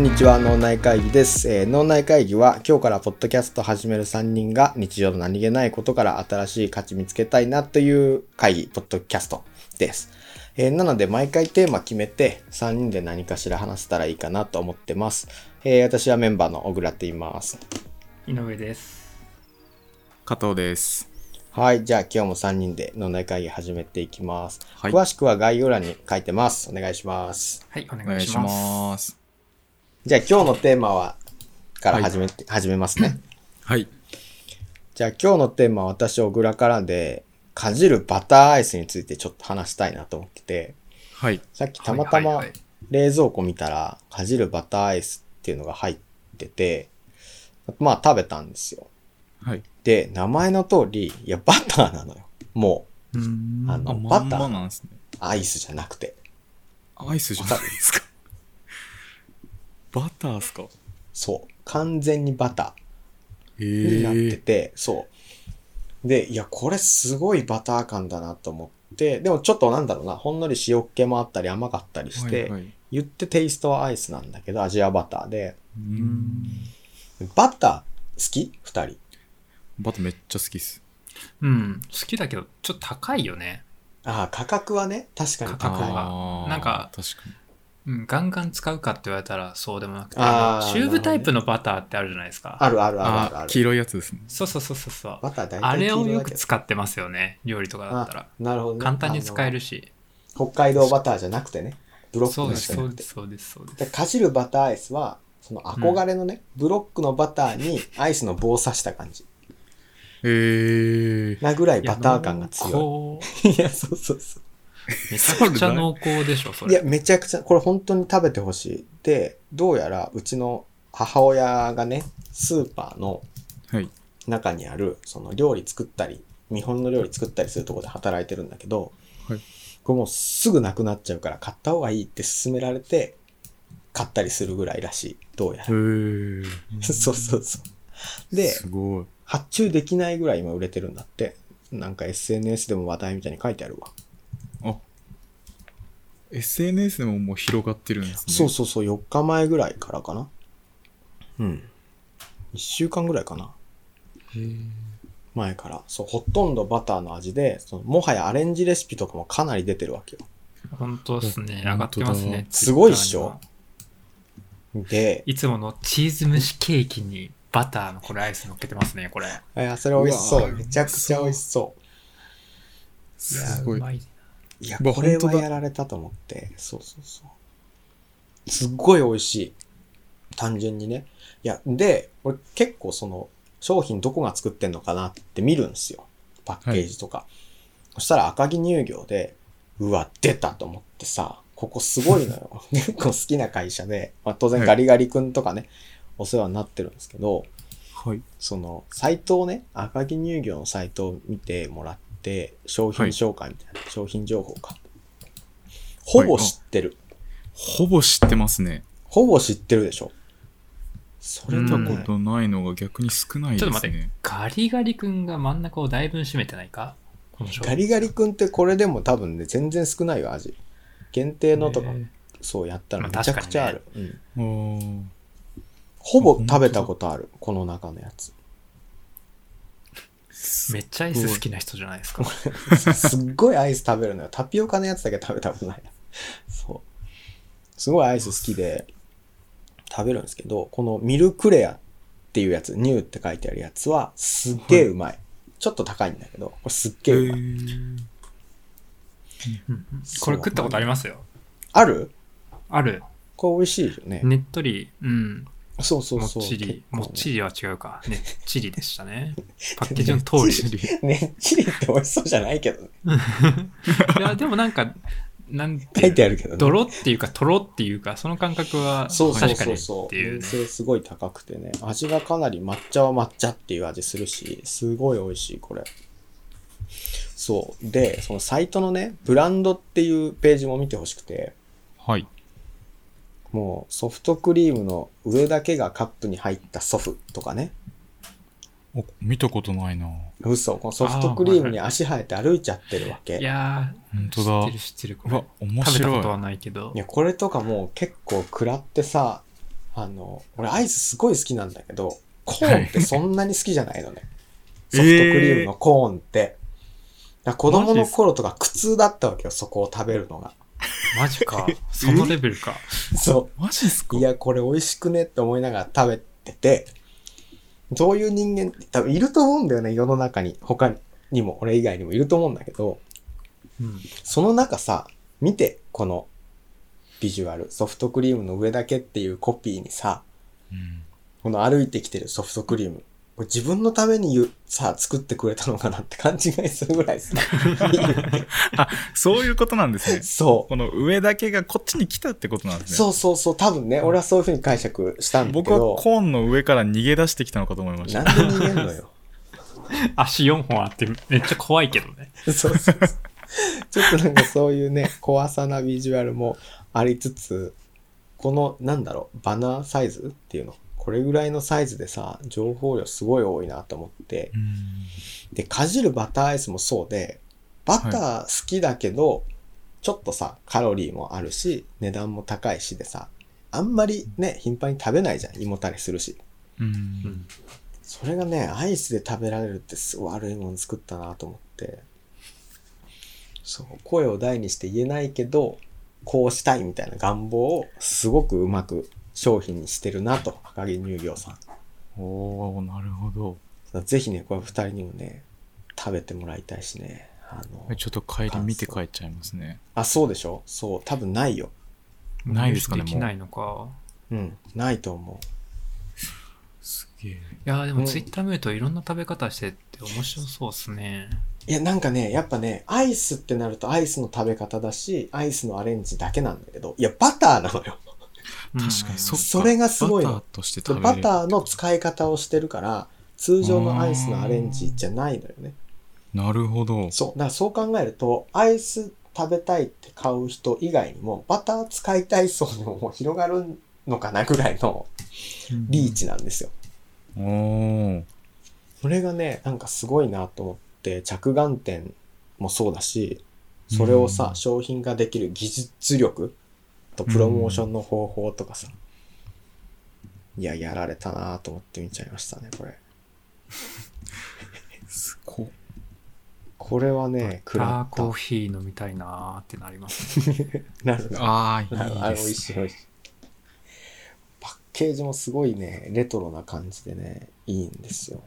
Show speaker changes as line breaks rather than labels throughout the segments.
にちは、脳内会議です。えー脳内会議は、今日からポッドキャスト始める3人が、日常の何気ないことから新しい価値見つけたいなという会議、ポッドキャストです。えーなので、毎回テーマ決めて、3人で何かしら話せたらいいかなと思ってます。えー私はメンバーの小倉って言います。
井上です。
加藤です。
はい、じゃあ今日も3人で脳内会議始めていきます。
はい
詳しくは概要欄に書いてます。お願いします。
はい、お
お
願
願
い
い
し
し
ます。
ます。
じゃあ今日のテーマは、から始めて、始めますね。
はい。
じゃあ今日のテーマは私、小倉からで、かじるバターアイスについてちょっと話したいなと思ってて、
はい。
さっきたまたま
はいはいはい
冷蔵庫見たら、かじるバターアイスっていうのが入ってて、まあ食べたんですよ。
はい。
で、名前の通り、いや、バターなのよ。も
うーん
あ
あ、
の
まん
バター
まなんですね。
う、アイスじゃなくて。
アイスじゃないですか。バターっすか
そう。完全にバター。
へ
になって
え。
て、そう。で、いや、これすごいバター感だなと思って、でもちょっとなんだろうな、ほんのり塩っ気もあったり甘かったりして、
はいはいはい
言ってテイストはアイスなんだけど、味はバターで、
うーん
バター好き二人。
バターめっちゃ好きっす。
うん、好きだけど、ちょっと高いよね。
ああ、価格はね、確かに
価格
高い。
は
あ
あー
なんか
確かに。
うん、ガンガン使うかって言われたらそうでもなくて、
あー
あのチューブタイプのバターってあるじゃないですか。
るあるあるある
あ
あ、
黄
る。
色いやつですね。
そうそうそうそうそう。
バター大体
あれを
黄色
よ
だけ
く
ど
使ってますよね、料理とかだったら。
なるほどね、
簡単に使えるし。
あの。北海道バターじゃなくてね、ブロッ
そう
ク
で
にし
す、
て
そ
な
う
く
で
て。
す、そうです、そうで。
ですかじるバターアイスは、その憧れのね、ブロックのバターにアイスの棒を刺した感じ。
へえ。
なぐらいバター感が強
強い
い。いや、そうそうそ。
や。濃厚めちゃくちゃ濃厚でしょ、そう
いや、
れ。
めちゃくちゃ、これ本当に食べてほしい。で、どうやらうちの母親がね、スーパーの
はい。
中にある、その料理作ったり、日本の料理作ったりするとこで働いてるんだけど、
はい
これもうすぐなくなっちゃうから買った方がいいって勧められて、買ったりするぐらいらしい。どうや
へ
ら。
え。、
そうそうそう。です
ごい。
発注できないぐらい今売れてるんだって。なんか SNS でも話題みたいに書いてあるわ。
あ、SNS でももう広がってるんですね。
そうそうそう、4日前ぐらいからかな。うん。1週間ぐらいかな。
へー
前から。そう、ほとんどバターの味で、そのもはやアレンジレシピとかもかなり出てるわけよ。
本当ですね、上がってます
本
ね
当。
すごいっしょで、
いつものチーズ蒸しケーキにバターのこれアイス乗っけてますね、これ。
いや、それ美味しそうう。
わ
めちゃくちゃ美味しそ
すごい。
やうま
う。いや、
うわ
これ
ほん
は
とだ
やられたと思って。そうそうそう。すっごい美味しい。単純にね。いや、で、俺結構その、商品どこが作ってんのかなって見るんですよ。パッケージとか。そしたら赤城乳業で、うわ、出たと思ってさ、ここすごいのよ。結構好きな会社で、まあ、当然ガリガリ君とかね、お世話になってるんですけど、
はい。
その、サイトをね、赤城乳業のサイトを見てもらって、商品紹介みたいな、商品情報か。ほぼ知ってる。
ほぼ知ってますね。
ほぼ知ってるでしょ。それ
見
と
た
ね
ことないのが逆に少ないで
いち
す
ょっ
ね。
と待って、ガリガリ君が真ん中をだいぶ占めてないかこの商品
ガリガリ君ってこれでも多分ね、全然少ないよ、味。限定のとか
え、ー
そうやったら
まあ
めちゃくちゃある。うん
あー
ほぼ食べたことある、この中のやつ。
めっちゃアイス好きな人じゃないですか。
すっごいアイス食べるのよ。タピオカのやつだけ食べたことない。そう。すごいアイス好きで食べるんですけど、このミルクレアっていうやつ、ニューって書いてあるやつはすっげえうまい。ちょっと高いんだけど、これすっげえうまい。
うんうんこれ食ったことありますよ。
ある
ある。
これ美味しいよね。
ねっとり、うん、
そうそう
もっ
そう。
ちり。もっちりは違 うか。ねっちりでしたね。パッケ
結
ージ
構
の
ね
通り。
ねっちりって美味しそうじゃないけどね。
いや、でもなんか、なんて
書
い
いうてあるけどね。
泥っていうか、とろっていうか、その感覚は
そうそう
確か
そ
に
う
っ
そう。
ていうね。
それすごい高くてね。味がかなり抹茶は抹茶っていう味するし、すごい美味しい、これ。そう。で、そのサイトのね、ブランドっていうページも見てほしくて、
はい。
もうソフトクリームの上だけがカップに入ったソフとかね。
お見たことないな。
嘘、このソフトクリームに足生えて歩いちゃってるわけ。
い
いや、
やー、
本当
知
だ
ってる知ってる。こ
うわ
れ
面
食べた
白い
ことはないけど。
これとかもう結構食らってさ、あの、俺アイスすごい好きなんだけど、コーンってそんなに好きじゃないの ね。ソフトクリームのコーンって。だから子供の頃とか苦痛だったわけよ、そこを食べるのが。
マジか。そのレベル か。
そ
マジっすか
う。いや、これ美味しくねって思いながら食べてて、そういう人間って多分いると思うんだよね、世の中に。他にも、俺以外にもいると思うんだけど、
うん。
その中さ、見て、このビジュアル。ソフトクリームの上だけっていうコピーにさ、
うん
この歩いてきてるソフトクリーム。これ自分のために言うさ、作ってくれたのかなって勘違いするぐらい さ。
そういうことなんですね。
そ
この上だけがこっちに来たってことなんで
う。
すね。
そうそうそう。多分ね、俺はそういう風に解釈したんだけ
僕は
ど。
コーンの上から逃げ出してきたのかと思いました。
なんで逃げんの よ。
足4本あってめっちゃ怖いけどね。
そうそうそう。ちょっとなんかそういうね、怖さなビジュアルもありつつ、この、なんだろう、バナーサイズっていうの。これぐらいのサイズでさ、情報量すごい多いなと思って。
うん
で、かじるバターアイスもそうで、バター好きだけど、ちょっとさ、カロリーもあるし、値段も高いしでさ、あんまりね、頻繁に食べないじゃん。胃もたれするし。
うん。
ん。
それがね、アイスで食べられるってすごい悪いもの作ったなと思って。そう、声を大にして言えないけど、こうしたいみたいな願望をすごくうまく商品にしてるなと、赤木乳業さん。
おおなるほど。
ぜひね、これ二人にもね、食べてもらいたいしね。あの、
ちょっと帰り見て帰っちゃいますね。
あ、そうでしょそう、多分ないよ。
ないですかね
入手できないのか。
うん、ないと思
すげえ。
いやーで
う
も
ん
ツイッター見るといろんな食べ方してって面白そうっすね。
う。いや、なんかね、やっぱね、アイスってなるとアイスの食べ方だし、アイスのアレンジだけなんだけど、いや、バターなのよ。
うん
確かにそっか
それがすごい
バ
の
ターとして
そう
食べ
バ
れる
ターの使い方をしてるから、通常のアイスのアレンジじゃないのよね。
なるほど。
そう。だからそう考えると、アイス食べたいって買う人以外にも、バター使いたい層にももう広がるのかなぐらいのリーチなんですよ。
おお
それがね、なんかすごいなと思って、着眼点もそうだし、それをさ、
うん
商品化できる技術力とプロモーションの方法とかさ、いや、やられたなと思って見ちゃいましたね、これ。
すご
これはね、
タ
食ら
ー
った
コー。ヒー飲みたいなーってなります。
なるほ
あ
ど。あ
あ、いい
美
で
味
す、
しい
ね。
美味しい。パッケージもすごいね、レトロな感じでね、いいんですよ。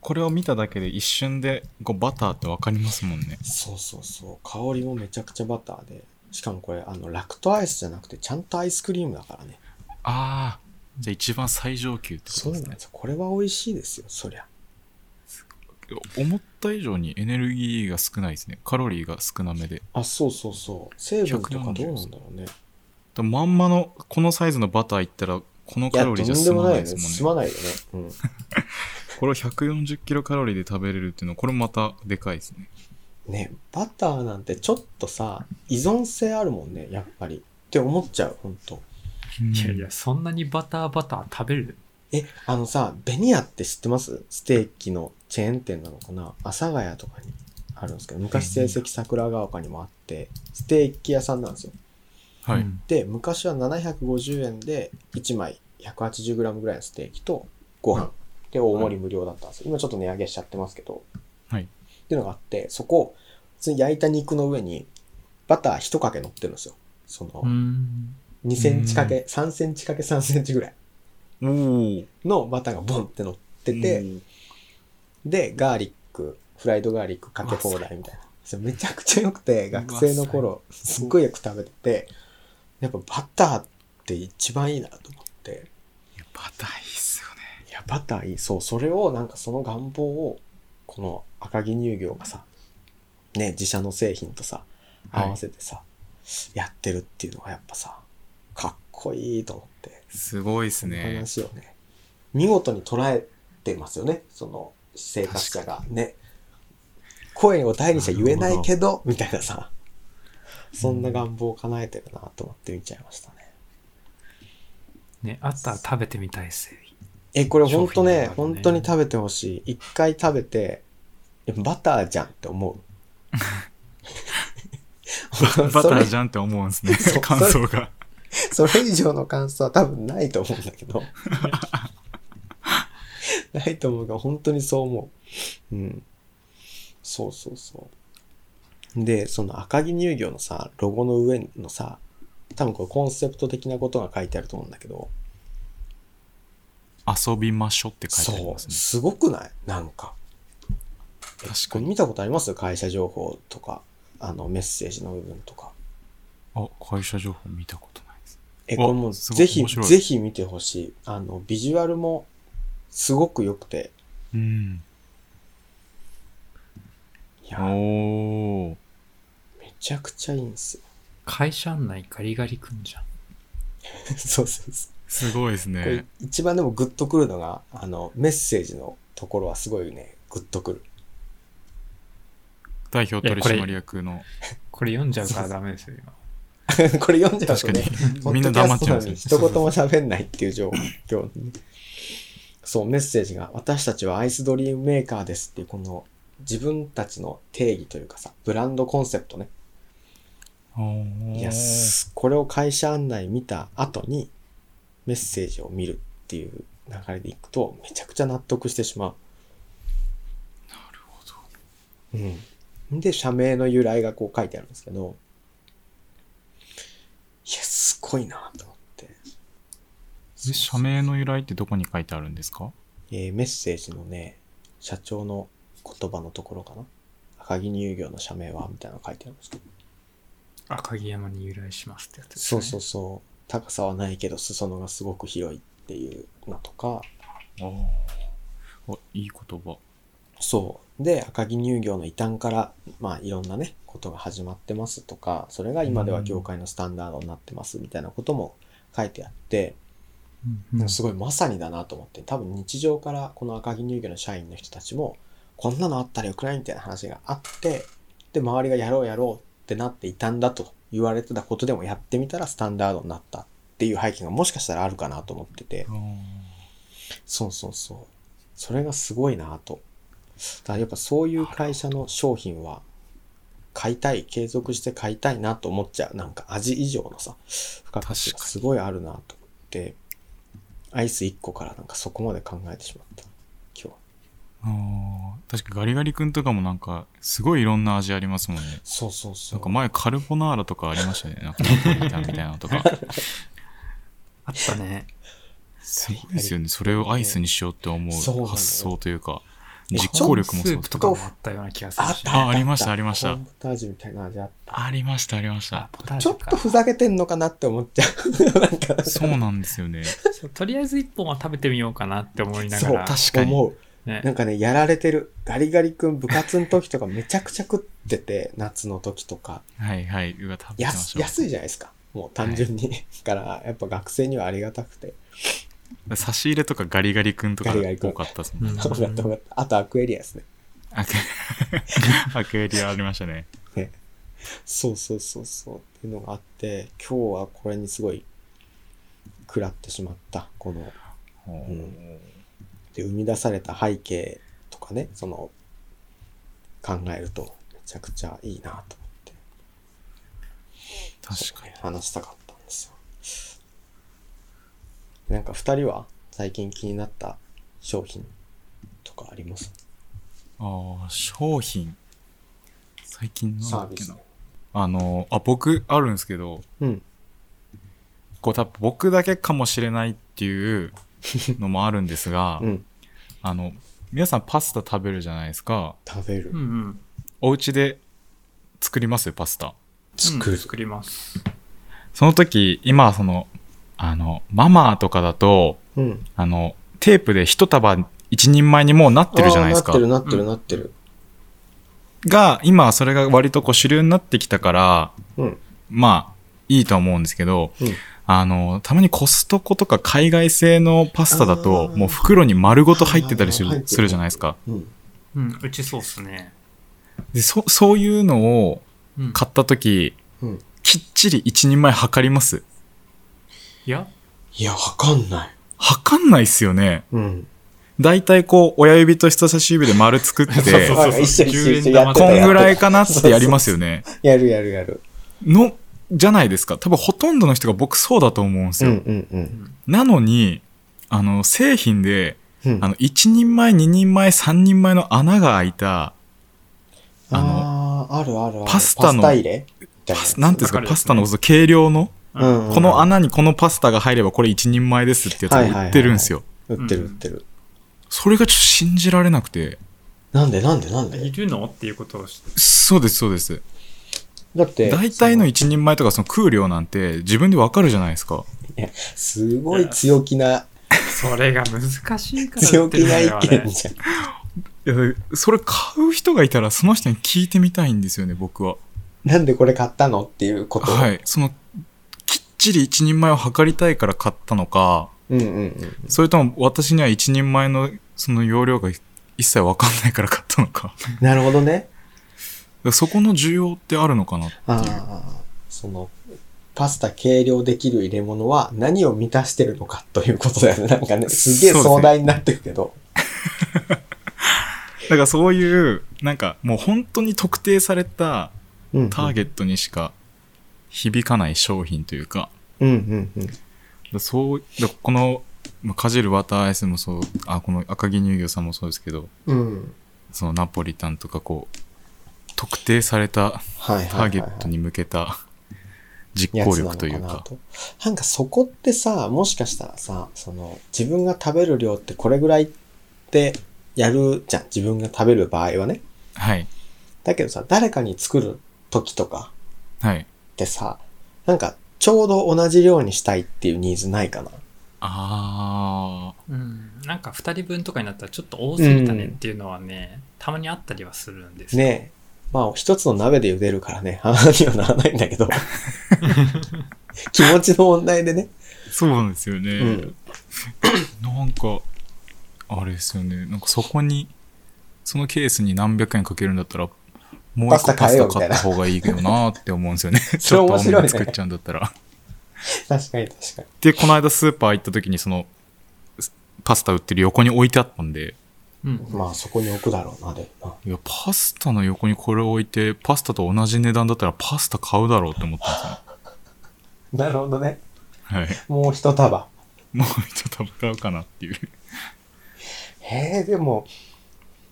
これを見ただけで一瞬でこうバターってわかりますもんね。
そうそうそう。香りもめちゃくちゃバターで。しかもこれ、あの、ラクトアイスじゃなくて、ちゃんとアイスクリームだからね。
ああ、じゃあ一番最上級ってこ
そ
と
う
で
な
す
ん
ね
で。すよ。これは美味しいですよ、そりゃ。
思った以上にエネルギーが少ないですね。カロリーが少なめで。
あ、そうそうそう。成分とかどうなんだろうね。
でもまんまのこのサイズのバターいったらこの
いや、
カ
と
ロ
ん
リーじゃ
で
済
も
ま
な
ないい
よ
で
ね。
すもんね。
すまないよね。うん。
これを140キロカロリーで食べれるっていうのはこれまたでかいですね。
ねバターなんてちょっとさ依存性あるもんねやっぱりって思っちゃうほんと
いやいや、そんなにバターバター食べる
えあのさベニヤって知ってますステーキのチェーン店なのかな阿佐ヶ谷とかにあるんですけど昔成績桜ヶ丘にもあってステーキ屋さんなんですよ
はい。
うん
で昔は750円で1枚 180g ぐらいのステーキとご飯で大盛り無料だったんですよ今ちょっと値上げしちゃってますけど
はい
っていうのがあってそこ普通に焼いた肉の上にバター1かけ乗ってるんですよその、
うん。
2センチかけ、3センチかけ3センチぐらい
おお。
のバターがボンって乗ってて、で、ガーリック、フライドガーリックかけ放題みたいな。それめちゃくちゃ良くて、
うわ
学生の頃、すっごいよく食べてて、やっぱバターって一番いいなと思って、
いやバターいいっすよね。
いや、バターいい。そう、それをなんかその願望を、この赤木乳業がさ、ね、自社の製品とさ、
はい
合わせてさ、やってるっていうのがやっぱさ、かっこいいと思って。
すごいっすね。
話をね、見事に捉えてますよね、その生活者がね。声を大にしては言えないけど、みたいなさ、そんな願望を叶えてるなと思って見ちゃいましたね。
ね、あったら食べてみたいっす。
え、これほんとね、
商品
本
だからね
当に食べてほしい。一回食べて、えバターじゃんって 思う。
バターじ
ゃん
ゃんって思うんですね
それ。
感想が。
それ以上の感想は多分ないと思うんだけ ど。ないと思うが、本当にそう思う。うん。そうそうそう。で、その赤城乳業のさ、ロゴの上のさ、多分これコンセプト的なことが書いてあると思うんだけど、
遊びましょって書いてあり
そ
ま
う、
すね。
すごくないなんか。えこ
確か
れ
に。
見たことあります会社情報とか、あの、メッセージの部分とか。
あ、会社情報見たことないです。
え、
うわ
これもう
すごい
ぜひ、
面白い
ぜひ見てほしい。あの、ビジュアルもすごく良くて。
うん。
いや、
おー。
めちゃくちゃいいんですよ。
会社案内ガリガリくんじゃん。
そうそうそう。
すごいです
これ
ね。
一番でもグッとくるのが、あの、メッセージのところはすごいね、グッとくる。
代表取
いやこ
締役の。
これ読んじゃうからダメですよ、今。
これ読んじゃう
確
と
かに
ね、。
みんな黙っちゃ
ポ
うん
ッドキャ
で
ス
す
ト
よ。
なのに一言も喋んないっていう状況にそう、メッセージが、私たちはアイスドリームメーカーですっていう、この自分たちの定義というかさ、ブランドコンセプトね。
おー
いや、すこれを会社案内見た後にメッセージを見るっていう流れでいくとめちゃくちゃ納得してしま
なるほど。
う。うん。で、社名の由来がこう書いてあるんですけど、いや、すごいなと思って。
で社名の由来ってどこに書いてあるんですか
えーメッセージのね、社長の言葉のところかな。赤木乳業の社名はみたいなの書いてあるんですけど。
赤城山に由来しますってやつです、
そ
ね。
うそうそう。高さはないけど、裾野がすごく広いっていうのとか、
おおいい言葉。
そう。で、赤木乳業の異端から、まあ、いろんなね、ことが始まってますとか、それが今では業界のスタンダードになってますみたいなことも書いてあって、
うんうん。
すごいまさにだなと思って、多分日常からこの赤木乳業の社員の人たちも、こんなのあったらよくないみたいな話があって、で、周りがやろうやろうってなって異端だと言われてたことでもやってみたらスタンダードになったっていう背景がもしかしたらあるかなと思ってて、そうそうそう。それがすごいなと。だからやっぱそういう会社の商品は買いたい、継続して買いたいなと思っちゃう。なんか味以上のさ、付加価値がすごいあるなと思って、アイス1個からなんかそこまで考えてしまった。今日。
あー確かガリガリ君とかもなんか、すごいいろんな味ありますもんね。
そうそうそ
な
うん
か。前カルボナーラとかありましたね。な んかナポリタンみたいなのとか。
あったね。
すごいですよね。それをアイスにしようって思
そうなの
う
よ
発想というか、
え
実行力も
コーンス
そ
ー
う
プ
と
と
か。
かもあったような気がするし。
あありましたありました
コーンポタージュみたいな味あった。
ありました、ありまし
あ
た。
ポター
ち
ジ
ょ
ュ
っ
か
とふざけてんのかなって思っちゃう。なんか、
そうなんですよね。
そうとりあえず一本は食べてみようかなって思いなが
そう
ら。、
確かに
思う。
ね
なんかね、やられてる。ガリガリ君、部活の時とかめちゃくちゃ食ってて、夏の時とか。
はいはい。うわ、食べてまし
安
た。
安いじゃないですか。もう単純に。から、やっぱ学生にはありがたくて。
差し入れとかガリガリ君とか
ガリガリ君
多かったですもん
うん
ね。
そうだと思ったあとアクエリアですね。
アクアクエリアありましたね。
そうそうそうそう。っていうのがあって、今日はこれにすごい食らってしまった。この、んで、生み出された背景とかね、その、考えると、めちゃくちゃいいなと思って。
確かに。
話したかったんですよ。なんか二人は最近気になった商品とかあります
ああ、商品。最近なん
サ
だ
ー
っ
ビ
け
ス
な。。あの、あ、僕あるんですけど、
うん。
こう多分僕だけかもしれないっていうのもあるんです が、
うん。
あの、皆さんパスタ食べるじゃないですか。
食べる。
うんうん。
お家で作りますよ、パスタ。
作る
うん作ります。
その時、今、その、あの、ママとかだと、
うん。
あの、テープで一束一人前にもうなってるじゃないです
あ
か
ー。なってるなってるなってる。
が、今、それが割とこう主流になってきたから、
うん。
まあ、いいとは思うんですけど、
うん
あの、たまにコストコとか海外製のパスタだと、
あー
もう袋に丸ごと入ってたりす
はいはい
る
はい
するじゃないですか。
うん。
うん、うちそうっすね。
で、そ、そういうのを
うん。
買った時、
うん。
きっちり一人前測ります。
いや、
いや、わかんない。
測んないっすよね。
うん。
だいたいこう、親指と人差し指で丸作っ
そうそう
て
そ、う
あ一緒一緒一緒
10円玉
やって
こ
た
んぐらいかなってやりますよね。
やるやるやる。
の、じゃないですか。多分ほとんどの人が僕そうだと思うんです
うん
よ。
うんう。
うんん
なのに、あの、製品で、
うん
あの、1人前、2人前、3人前の穴が開いた、
あーあるあるある。
パスタ
パス
の
タ入れみたい
パ
やつ
スなんていうんです
わか
か、
る
パスタの計量の、
うんうん
この穴にこのパスタが入ればこれ1人前ですってやつ
はいはいはい
が
はい
売ってるんですよ。
売ってる売ってる。
それがちょっと信じられなくて。
なんでなんでなんで
いるのっていうことをし
そうです、そうです。
だって、
大体の一人前とかその空量なんて自分でわかるじゃないですか。
すごい強気な、
それが難しいから言
強
って
気
るん
な
だよ
意見じゃん。
いや、それ買う人がいたらその人に聞いてみたいんですよね、僕は。
なんでこれ買ったのっていうこと。
はい。その、きっちり一人前を測りたいから買ったのか、
うんうんうん。
それとも私には一人前のその容量が一切わかんないから買ったのか。だか
なるほどね。
ら そこの需要ってあるのかな。
ああ、その、パスタ計量できる入れ物は何を満たしてるのかということだよね。なんかね、すげえ
そうですね
壮大になってるけど。
だからそういう、なんかもう本当に特定された
うんうん
ターゲットにしか響かない商品というか、
うんうんうん。
だそうだこのまあかじるバターアイスもそうあこの赤城乳業さんもそうですけど
うん。
そのナポリタンとかこう特定された
はい
タ
はいはい、はい。
ーゲットに向けた実行力という
やつなのな
か
となんかそこってさ、もしかしたらさ、その、自分が食べる量ってこれぐらいってやるじゃん。自分が食べる場合はね。
はい
だけどさ、誰かに作る時とか
はい
ってさ、なんかちょうど同じ量にしたいっていうニーズないかな。
あー
うん、なんか2人分とかになったらちょっと多すぎたねっていうのはね、たまにあったりはするんですよ
ねえ。まあ、一つの鍋で茹でるからね、ああにはならないんだ けど。気持ちの問題でね。
そうなんですよね、
うん。
なんかあれですよねなんかそこにそのケースに何百円かけるんだったらもう一個
パ
パ
スタ買え
ス
よ
タ
みたい
買っ
な
た方がいいけどなーって思うんですよね。ち
それ
ょっと
面
多
白い
め
ね
に作っちゃうんだったら。
確かに確かに。
で、この間スーパー行った時にその、すパスタ売ってる横に置いてあったんで、
うん、
まあ、そこに置くだろうな、でも
いや、パスタの横にこれ置いて、パスタと同じ値段だったらパスタ買うだろうって思ったんです
な。なるほどね。
よ。はい。
もう一束。
もう一度買うかなっていう。
へえ、でも、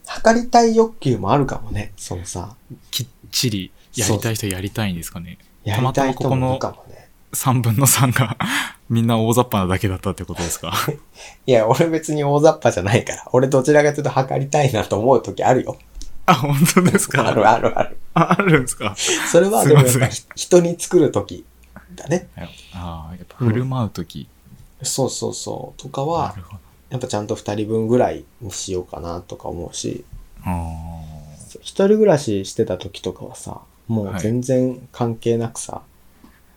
測りたい欲求もあるかもね。そのさ、
きっちりやりたい人やりたいんですかね。
やりたい人
たま
もい
たま
る
こ
かもね。
3分の3が みんな大雑把なだけだったってことですか。
いや、俺別に大雑把じゃないから。俺どちらかというと測りたいなと思う時あるよ。
あ、本当ですか
あるあるある。
ああるんですか
それはでもやっ
すい
ぱ
ま
ひ人に作る時だね。
はいああ、やっぱ振る舞うとき。
そうそうそう。とか
な
は、
るほど。
やっぱちゃんと2人分ぐらいにしようかなとか思うし、
あ
1人暮らししてた時とかはさ、もう
はい
全然関係なくさ、
あ。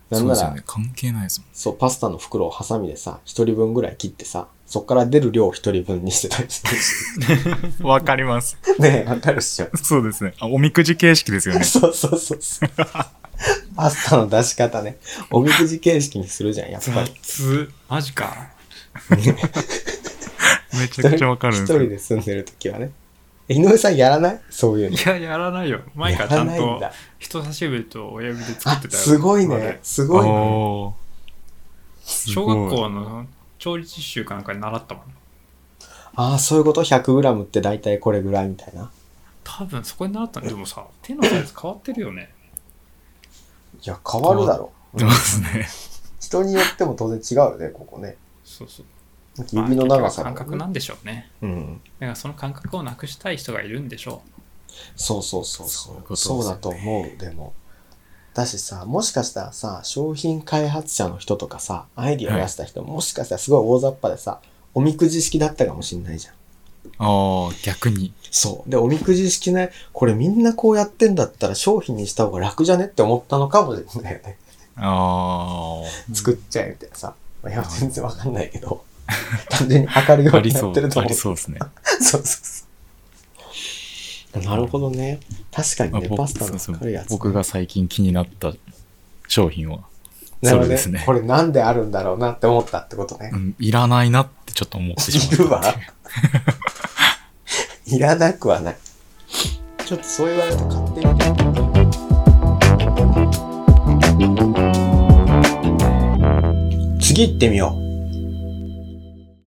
な
そ
んな
うですよ
ら、
ね。関係ないですもん。
そう、パスタの袋をハサミでさ、一人分ぐらい切ってさ、そっから出る量を一人分にしてたりする し。
わかります。
ねえ、わかるっしょ。
そうですね。あ、おみくじ形式ですよね。
そうそうそう そう。パスタの出し方ね。おみくじ形式にするじゃん、やっぱり。
雑マジか
めちゃくちゃわかるん
一
ですよ
人で住んでる時はね。井上さんやらないそういうの
い。ややらないよ前からちゃんと人差し指と親指で作っ
あ
て、たよ
すごい
こ
ね
れ。
すごいね。
おーす
小
ごい
学校の調理実習かなんかで習ったもん
ああ、そういうこと 100g って大体これぐらいみたいな。
多分そこで習ったんでもさ手のサイズ変わってるよね
いや、変わるだろ。
出ますね。
人によっても当然違うよね、ここね。
そうそう
指の長さ
まあ
と
結局は感
か
覚
ね
なんでしょうね
うん。
だからその感覚をなくしたい人がいるんでしょ
そうそうそう
そういう
そう。
ことで
そう
すよね
だと思う、でも。だしさ、もしかしたらさ、商品開発者の人とかさ、アイディアを出した人、もしかしたらすごい大雑把でさ、おみくじ式だったかもしんないじゃん。
ああ、逆に。
そう。で、おみくじ式ね、これみんなこうやってんだったら商品にした方が楽じゃねって思ったのかもしれないよね。
あ
作っちゃえみたいなさ。いや、全然わかんないけど。 単純に測る
あ。
よ
あ
う
り
に
そ
なってる
う。
と
あ
思
り
う。
そうですね。
そうそうそう。なるほどね。確かに
ま あ
ね、
僕
パスタ
そう
の
そう
軽いやつ。
僕が最近気になった商品は、
なるほ
そ
ど
れ
ね
ですね
これなんであるんだろうなって思ったってことね
う。ん、いらないなってちょっと思ってしまった
いるわ。いらなくはない。ちょっとそう言われると買ってみて。次行ってみよ